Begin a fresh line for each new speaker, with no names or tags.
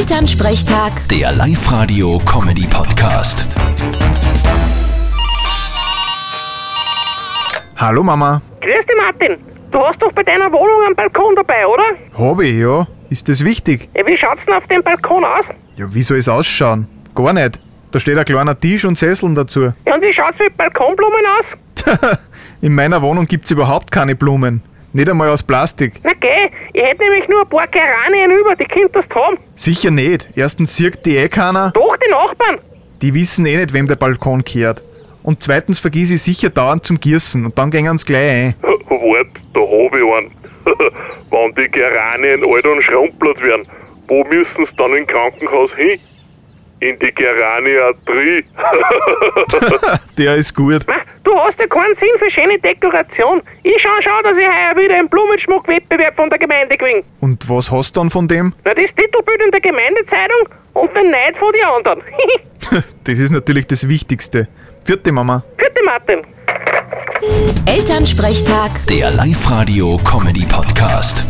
Elternsprechtag,
Der Live-Radio-Comedy-Podcast.
Hallo Mama.
Grüß dich, Martin. Du hast doch bei deiner Wohnung einen Balkon dabei, oder?
Hobby, ja? Ist das wichtig?
Ja, Wie schaut's denn auf dem Balkon aus?
Ja, wie soll es ausschauen? Gar nicht. Da steht ein kleiner Tisch und Sesseln dazu.
Ja, und wie schaut's mit Balkonblumen aus?
In meiner Wohnung gibt's überhaupt keine Blumen. Nicht einmal aus Plastik.
Na geh, ich hätte nämlich nur ein paar Geranien über, die könntest haben.
Sicher nicht. Erstens sieht die eh keiner.
Doch, die Nachbarn.
Die wissen eh nicht, wem der Balkon gehört. Und zweitens vergiss ich sicher dauernd zum Gießen und dann gängen sie gleich ein.
Wart, da hab ich einen. Wenn die Geranien alt und schrumpelt werden, wo müssen sie dann im Krankenhaus hin? In die Geraniatrie.
Der ist gut.
Ma, du hast ja keinen Sinn für schöne Dekoration. Ich schau, schau, dass ich heuer wieder im Blumenschmuckwettbewerb von der Gemeinde gewinne.
Und was hast du dann von dem?
Na, das Titelbild in der Gemeindezeitung und den Neid von den anderen.
Das ist natürlich das Wichtigste. Vierte Mama.
Vierte Martin.
Elternsprechtag.
Der Live-Radio-Comedy-Podcast.